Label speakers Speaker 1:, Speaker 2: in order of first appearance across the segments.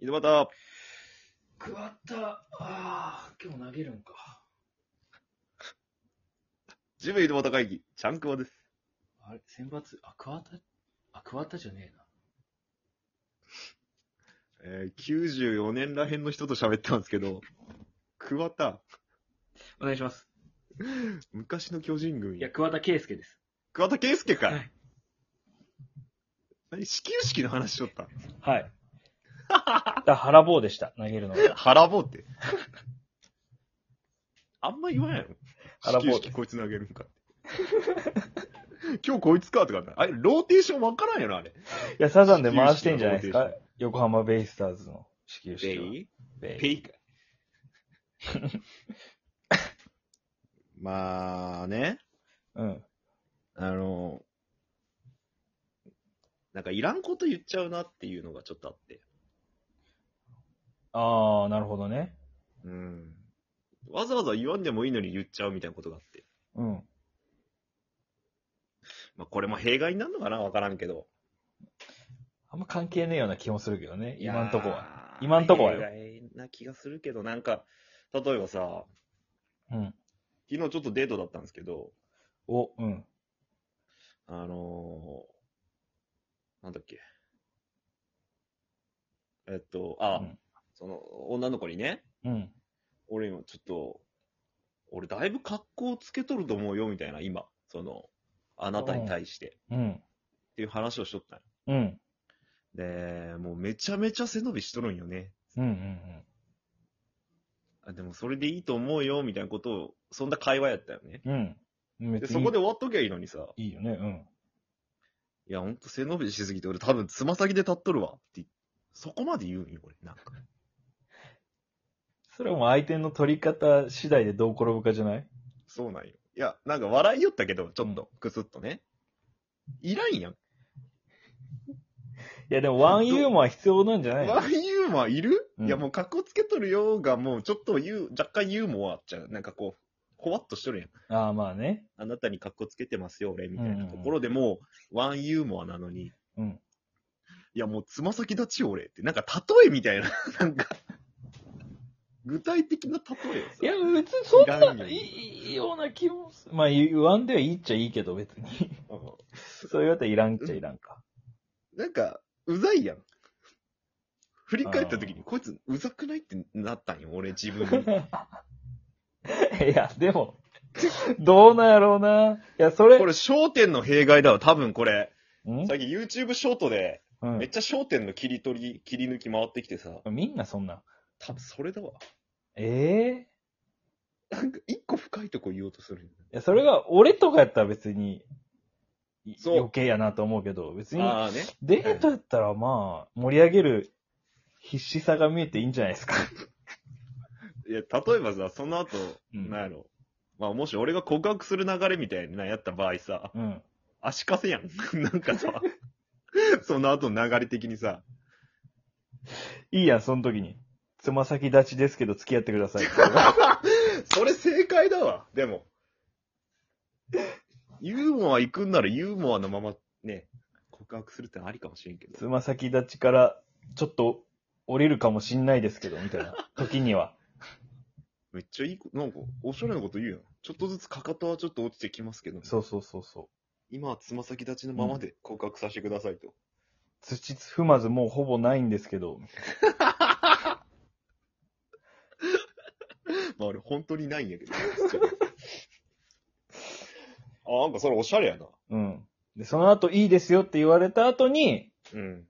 Speaker 1: 井戸端、
Speaker 2: クワッタ、ああ、今日投げるんか。
Speaker 1: ジム井戸端会議、ちゃんくわです。
Speaker 2: あれ、選抜、あ、クワッタ、あ、クワッタじゃねえな。
Speaker 1: えー、94年らへんの人と喋ってたんですけど、桑田、
Speaker 2: お願いします。
Speaker 1: 昔の巨人軍
Speaker 2: い、や、クワッタ圭介です。
Speaker 1: 桑田圭介か。
Speaker 2: はい
Speaker 1: 何始球式の話しとった
Speaker 3: はい。だ腹棒でした、投げるのは。
Speaker 1: 腹棒って。あんま言わんやろ。
Speaker 3: 腹棒
Speaker 1: 始球式こいつ投げるんかって。今日こいつかとかな。あれ、ローテーションわからんよな、あれ。
Speaker 3: いや、サザンで回してんじゃない
Speaker 1: 始
Speaker 3: ですか
Speaker 1: 球式
Speaker 3: 横浜ベイスターズの始球式は。ベイ
Speaker 1: ペイか。まあね。
Speaker 3: うん。
Speaker 1: あの、なんかいらんこと言っちゃうなっていうのがちょっとあって。
Speaker 3: あー、なるほどね。
Speaker 1: うん。わざわざ言わんでもいいのに言っちゃうみたいなことがあって。
Speaker 3: うん。
Speaker 1: まあこれも弊害になるのかなわからんけど。
Speaker 3: あんま関係ねえような気もするけどね、今んとこは。
Speaker 1: は
Speaker 3: 今んとこは
Speaker 1: 弊
Speaker 3: よ
Speaker 1: 害な気がするけど、なんか、例えばさ、
Speaker 3: うん。
Speaker 1: 昨日ちょっとデートだったんですけど、
Speaker 3: お、うん。
Speaker 1: あのーなんだっけ。えっと、あ、
Speaker 3: うん
Speaker 1: その女の子にね、
Speaker 3: うん。
Speaker 1: 俺今ちょっと、俺だいぶ格好つけとると思うよ、みたいな、今。その、あなたに対して。っ
Speaker 3: うん。
Speaker 1: ていう話をしとったんよ
Speaker 3: うん。
Speaker 1: で、もうめちゃめちゃ背伸びしとるんよね。
Speaker 3: うん。うん。
Speaker 1: あでもそれでいいと思うよ、みたいなことを、そんな会話やったよね。
Speaker 3: うん。うん。
Speaker 1: で、
Speaker 3: 別
Speaker 1: そ
Speaker 3: に
Speaker 1: こで終わっときゃいいのにさ、
Speaker 3: いいよね、うん。
Speaker 1: いや、ほんと背伸びしすぎて、俺多分つま先で立っとるわ。って、そこまで言うんよ、俺。なんか。
Speaker 3: それはもう相手の取り方次第でどう転ぶかじゃない
Speaker 1: そうなんよ。いや、なんか笑いよったけど、ちょっと、くすっとね。いらんやん。
Speaker 3: いや、でもワンユーモア必要なんじゃないの
Speaker 1: ワンユーモアいる、
Speaker 3: うん
Speaker 1: いや、もう格好つけとるようが、もうちょっとユー若干ユーモアっちゃう。なんかこう、ほわっとしとるやん。
Speaker 3: あー、まあね。
Speaker 1: あなたに格好つけてますよ、俺、みたい
Speaker 3: うんう
Speaker 1: なんところでもう、ワンユーモアなのに、
Speaker 3: うん。
Speaker 1: いや、もうつま先立ちよ、俺って。なんか例えみたいな、 なんか、具体的な例えをさ。
Speaker 3: いや、別にそん
Speaker 1: いら
Speaker 3: なん
Speaker 1: よ
Speaker 3: いいいような気もする。まあ、言わんではいいっちゃいいけど、 別に。
Speaker 1: う
Speaker 3: そういうやつはいらんっちゃいらんか。
Speaker 1: んなんか、うざいやん。振り返った時に、こいつ、うざくないってなったんよ、俺、自分に。
Speaker 3: いや、でも、どうなんやろうな。いや、それ、
Speaker 1: これ、焦点の弊害だわ、多分これ。
Speaker 3: ん
Speaker 1: 最近 YouTube ショートで、
Speaker 3: う
Speaker 1: めっ
Speaker 3: ん、
Speaker 1: ちゃ焦点の切り取り、切り抜き回ってきてさ、
Speaker 3: みんなそんな。
Speaker 1: 多分それだわ。
Speaker 3: ええ
Speaker 1: なんか一個深いとこ言おうとするんだよ
Speaker 3: いや、それが、俺とかやったら別に、い
Speaker 1: そう
Speaker 3: 余計やなと思うけど、別に、
Speaker 1: ああね。
Speaker 3: デートやったらまあ、盛り上げる必死さが見えていいんじゃないです か。
Speaker 1: いや、例えばさ、その後、
Speaker 3: うん
Speaker 1: なんやろ。まあもし俺が告白する流れみたいなやった場合さ、
Speaker 3: うん。
Speaker 1: 足かせやん。 なんかさ、その後の流れ的にさ、
Speaker 3: いいやん、その時に。つま先立ちですけど、付き合ってくだ さい。
Speaker 1: それ正解だわ、でも。ユーモア行くんならユーモアのままね、告白するってのありかもしれんけど。
Speaker 3: つま先立ちから、ちょっと、降りるかもしんないですけど、みたいな時には。
Speaker 1: めっちゃいいこ、なんか、おしゃれなこと言うやん。ちょっとずつかかとはちょっと落ちてきますけど、
Speaker 3: そうそうそうそう。
Speaker 1: 今はつま先立ちのままで告白させてくださいと。
Speaker 3: 土踏まずもうほぼないんですけど、
Speaker 1: まあ俺本当にないんやけど。 あ、なんかそれおしゃれやな。
Speaker 3: うん。で、その後いいですよって言われた後に、
Speaker 1: うん。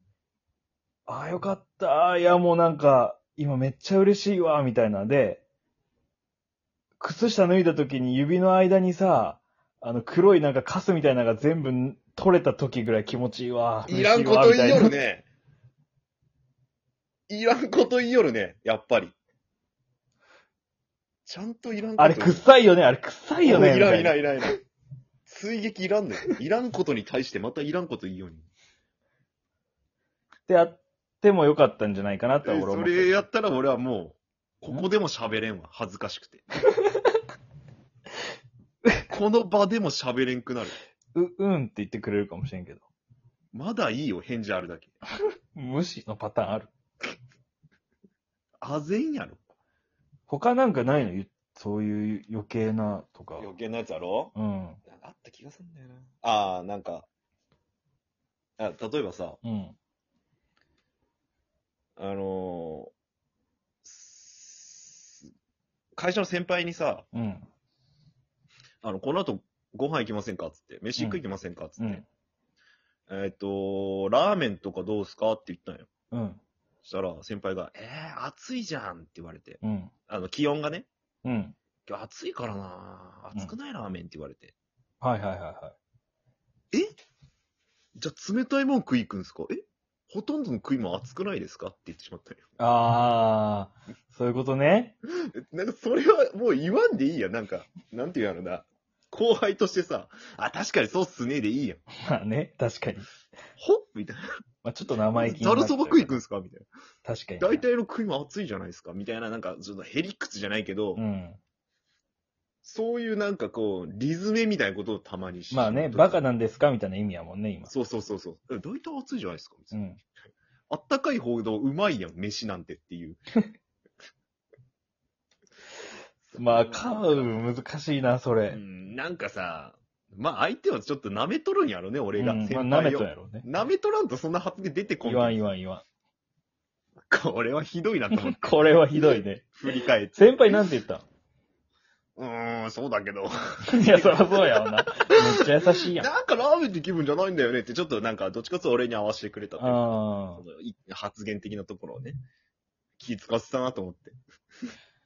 Speaker 3: ああ、よかった。いや、もうなんか、今めっちゃ嬉しいわ、みたいなんで、靴下脱いだ時に指の間にさ、あの黒いなんかカスみたいなのが全部取れた時ぐらい気持ちいいわ。
Speaker 1: いらんこと言いよ
Speaker 3: 嬉しいわ
Speaker 1: る
Speaker 3: みたい
Speaker 1: ね。いらんこと言いよるね、やっぱり。ちゃんといらんこと
Speaker 3: なあれ臭いよね、あれ臭いよね。
Speaker 1: いらん、い
Speaker 3: みた
Speaker 1: ら
Speaker 3: い
Speaker 1: ん、いらん、いらん。追撃いらんねん。いらんことに対してまたいらんこと言いように。
Speaker 3: な。ってやってもよかったんじゃないかなって俺は思
Speaker 1: そ
Speaker 3: って
Speaker 1: れ
Speaker 3: る。
Speaker 1: やったら俺はもう、ここでも喋れんわ。恥ずかし くて。この場でも喋れんくなる。
Speaker 3: う、うんって言ってくれるかもしれんけど。
Speaker 1: まだいいよ、返事あるだけ。
Speaker 3: 無視のパターンある。
Speaker 1: あぜんやろ。
Speaker 3: 他なんかないのゆそういう余計なとか。
Speaker 1: 余計なやつやろ
Speaker 3: うん。
Speaker 1: なんかあった気がすんだよな。ああ、なんか、あ例えばさ、
Speaker 3: うん。
Speaker 1: あのーす会社の先輩にさ、
Speaker 3: うん。
Speaker 1: あの、この後ご飯行きませんかっつって、飯食い行きませんかっつって、
Speaker 3: うん。
Speaker 1: えっ、と、ラーメンとかどうすかって言ったんよ。
Speaker 3: うん。
Speaker 1: そしたら先輩が、えー、暑いじゃんって言われて、
Speaker 3: うん。
Speaker 1: あの、気温がね、
Speaker 3: うん。
Speaker 1: 今日暑いからな暑くないラーメンって言われて、
Speaker 3: はいはいはいは
Speaker 1: じゃあ冷たいもん食い行くんですかえほとんどの食いもん暑くないですかって言ってしまったんよ。
Speaker 3: い。ああ、そういうことね。
Speaker 1: なんかそれはもう言わんでいいやん。なんか、なんていうのな。後輩としてさ、あ、確かにそうっすねでいいやん。
Speaker 3: まあね、確かに。
Speaker 1: ほっみたいな。
Speaker 3: まあちょっと生意気にな
Speaker 1: ざ
Speaker 3: っち
Speaker 1: る
Speaker 3: ゃ
Speaker 1: そ
Speaker 3: う
Speaker 1: ば食い行くんすかみたい
Speaker 3: 確かに。
Speaker 1: な。大。体の食いも熱いじゃないですかみたいな、なんか、ちょっとヘリクツじゃないけど、
Speaker 3: うん。
Speaker 1: そういうなんかこう、リズメみたいなことをたまにし
Speaker 3: まあね、バカなんですかみたいな意味やもんね、今。
Speaker 1: そうそうそうそう。え大体熱いじゃないですか。みた
Speaker 3: う。
Speaker 1: いなんあったかい方のうまいやん、飯なんてっていう。
Speaker 3: まあ、カーブ難しいな、そうれ。
Speaker 1: ん、なんかさ、まあ相手はちょっと舐めとるんやろね、俺が。
Speaker 3: うん
Speaker 1: 先
Speaker 3: まあ、舐め
Speaker 1: 輩
Speaker 3: と
Speaker 1: を
Speaker 3: んやろうね。
Speaker 1: 舐めとらんとそんな発言出てこん
Speaker 3: 言
Speaker 1: けど
Speaker 3: わん言わん言わん。
Speaker 1: これはひどいなと 思って、
Speaker 3: これはひどいね。
Speaker 1: 振り返って。
Speaker 3: 先輩なんて言った
Speaker 1: うーん、そうだけど。
Speaker 3: のいや、そりゃそうやわな。めっちゃ優しいやん。あ
Speaker 1: なんかラーメンって気分じゃないんだよねって、ちょっとなんか、どっちかっていうと俺に合わせてくれたっていうか
Speaker 3: あ
Speaker 1: そ。のい発言的なところをね、気使わせたなと思って。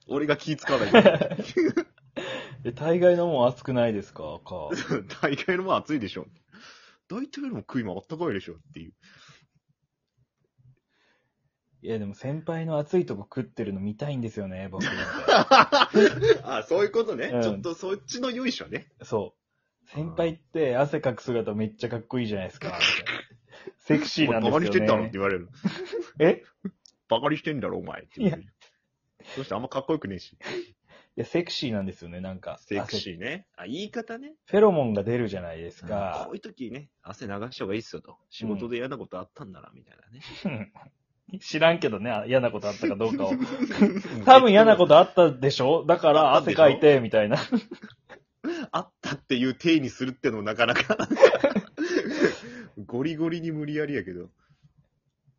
Speaker 1: 俺が気使わないから。
Speaker 3: で、大概のもん熱くないですかか。
Speaker 1: 大会のも暑いでしょ。大体よりも食いもあったかいでしょっていう。
Speaker 3: いや、でも先輩の熱いとこ食ってるの見たいんですよね、僕なんて。
Speaker 1: あ、そういうことね。
Speaker 3: うん
Speaker 1: ちょっとそっちの由緒ね。
Speaker 3: そう。先輩って汗かく姿めっちゃかっこいいじゃないで すか。みたいなセクシー
Speaker 1: お
Speaker 3: な
Speaker 1: 前
Speaker 3: ん
Speaker 1: バカにし
Speaker 3: で
Speaker 1: て
Speaker 3: すよ
Speaker 1: んだろって
Speaker 3: ね。
Speaker 1: 言われる。
Speaker 3: え
Speaker 1: バカにしてんだろ、お前って言われる。そしてあんまかっこよくねえし。
Speaker 3: いや、セクシーなんですよね、なんか。
Speaker 1: セクシ
Speaker 3: ー。
Speaker 1: ーね。あ、言い方ね。
Speaker 3: フェロモンが出るじゃないです
Speaker 1: こ
Speaker 3: か
Speaker 1: う。いう時ね、汗流した方がいいっすよと。仕事で嫌なことあったんだな、みたいなね。
Speaker 3: 知らんけどね、あ嫌なことあったかど うかを。多分嫌なことあったでしょだから汗かいて、みたいな。
Speaker 1: と。あったっていう体にするってのもなかなか。 ゴリゴリに無理やりやけど。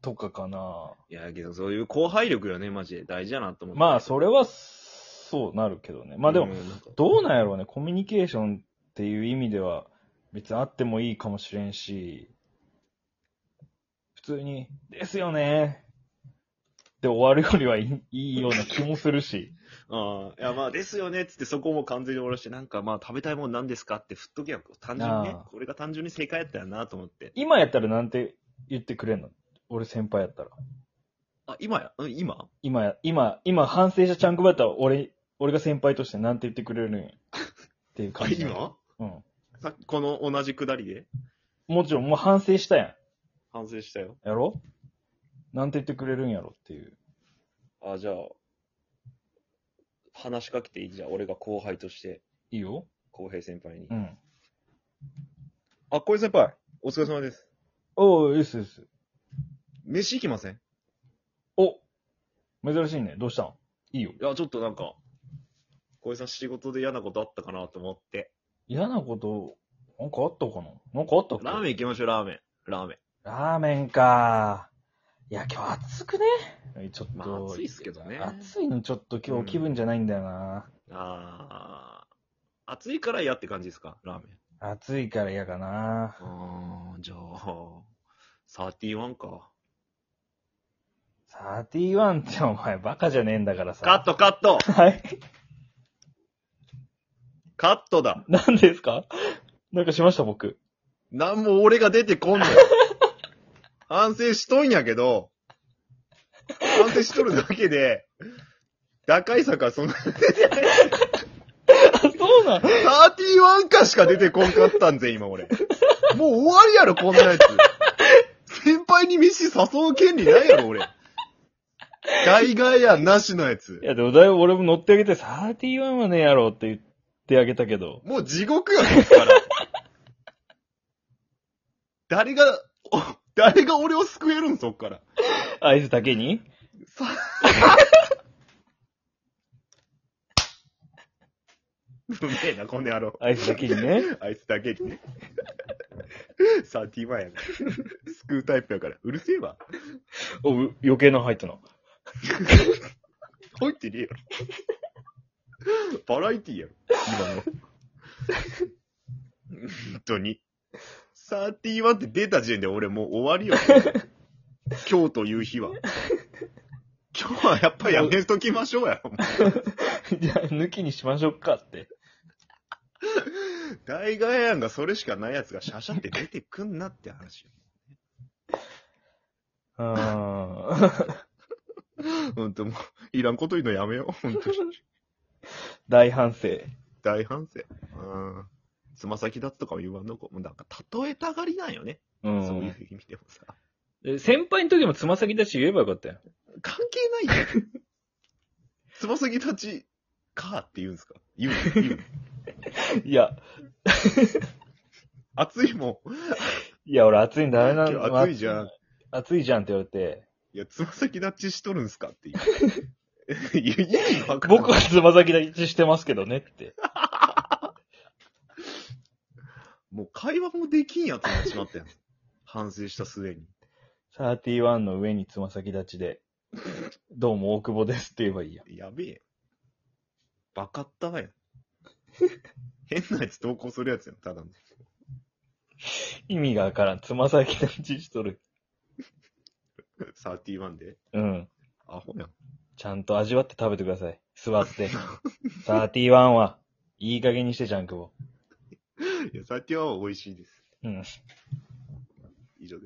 Speaker 3: とかかない
Speaker 1: や、けどそういう後輩力よね、マジで。大事だなと思って。
Speaker 3: まあ、それは、そうなるけどね。まあでも
Speaker 1: う、んなんか
Speaker 3: どうなんやろうね、コミュニケーションっていう意味では、別にあってもいいかもしれんし、普通に、ですよねで終わるよりはいいいいような気もするし、
Speaker 1: ああ、いや、まあ、ですよね、つってそこも完全に終わらして、なんかまあ、食べたいもんなんですかって振っときゃ、単純にね
Speaker 3: ああ、
Speaker 1: これが単純に正解やったよなと思って。
Speaker 3: 今やったらなんて言ってくれんの俺先輩やったら。
Speaker 1: あ、今や、うん、今
Speaker 3: 今や、今、今反省したちゃんくばやったら俺、俺が先輩としてなんて言ってくれるんや。っていう
Speaker 1: あ、
Speaker 3: 感じ。
Speaker 1: 今
Speaker 3: うん。
Speaker 1: さっきこの同じくだりで
Speaker 3: もちろんもう反省したやん。
Speaker 1: 反省したよ。
Speaker 3: やろなんて言ってくれるんやろっていう。
Speaker 1: あ、じゃあ、話しかけていいじゃあ、俺が後輩として、
Speaker 3: いいよ。
Speaker 1: 浩平先輩に。
Speaker 3: うん。
Speaker 1: あ、浩平先輩、お疲れ様です。
Speaker 3: おう、いいっす、いいっす。
Speaker 1: 飯行きません
Speaker 3: お珍しいね。どうしたんいいよ。
Speaker 1: いや、ちょっとなんか、浩平さん仕事で嫌なことあったかなと思って。
Speaker 3: 嫌なこと、なんかあったかななんかあったっけ
Speaker 1: ラーメン行きましょう、ラーメン。ラーメ
Speaker 3: ラーメンか。いや、今日暑くねちょっと。
Speaker 1: まあ暑いっすけどね
Speaker 3: 暑いのちょっと今日気分じゃないんだよな。
Speaker 1: ン。あー、暑いから嫌って感じですか、ラーメン。
Speaker 3: 暑いから嫌かな。
Speaker 1: あー、じゃあ、31か。
Speaker 3: 31ってお前バカじゃねえんだからさ。
Speaker 1: カット、カット
Speaker 3: はい。
Speaker 1: カットだ
Speaker 3: 何ですかなんかしました僕。
Speaker 1: なんも俺が出て こんのよ。反省しとんやけど、反省しとるだけで、打開策はそんな、
Speaker 3: あ、そうなん
Speaker 1: 31かしか出てこんかったんぜ、今俺。もう終わりやろ、こんなやつ。先輩に飯誘う権利ないやろ、俺。大概やなしのやつ
Speaker 3: い。や、でもだいぶ俺も乗ってあげて、31はねえやろって言ってあげたけど。
Speaker 1: もう地獄よ、こっから。誰が、お誰が俺を救えるん、そっから。
Speaker 3: 合図だけに
Speaker 1: さうめえな、この野郎。
Speaker 3: アイスだけにね。
Speaker 1: あいつだけにね。サーティマンやから。スクータイプやから。うるせえわ。
Speaker 3: お、う余計なの入ったな。
Speaker 1: 入ってねえやろ。バラエティやろ。今の。本当に。サーティワンって出た時点で俺もう終わりよ。 今日という日は。今日はやっぱやめときましょうやろ。もう
Speaker 3: じゃあ、抜きにしましょうかって。
Speaker 1: 大外案がそれしかないやつがシャシャって出てくんなって話よ。
Speaker 3: う ーん。
Speaker 1: ほんともう、いらんこと言うのやめよう。ほんとに。
Speaker 3: 大反省。
Speaker 1: 大反省。うん。つま先立つとかも言わんのこもうなんか、例えたがりなんよね。
Speaker 3: う。
Speaker 1: そういうん意味でもさ。
Speaker 3: え先輩の時もつま先だし言えばよかったよ。
Speaker 1: 関係ないよ。つま先立ち、かって言うんですか言うの言うの
Speaker 3: いや、
Speaker 1: 暑いもん。
Speaker 3: いや、俺暑いんだ、あれな
Speaker 1: 今日暑
Speaker 3: ん
Speaker 1: いじゃん。。
Speaker 3: 暑いじゃんって言われて。
Speaker 1: いや、つま先立ちしとるんすかって 言う。いや、意味わかんない
Speaker 3: 僕はつま先立ちしてますけどねって。
Speaker 1: もう会話もできんやつになってしまったやん。反省した末に。
Speaker 3: 31の上につま先立ちで。どうも、大久保ですって言えばいいや。
Speaker 1: やべえ。バカったわやん。変なやつ投稿するやつやん、ただの。
Speaker 3: 意味がわからん。つま先立ちしとる。
Speaker 1: 31で。
Speaker 3: うん。
Speaker 1: アホやん。
Speaker 3: ちゃんと味わって食べてください。座って。31は、いい加減にして、ジャンクボ。
Speaker 1: いや、31は美味しいです。
Speaker 3: うん。
Speaker 1: 以上です。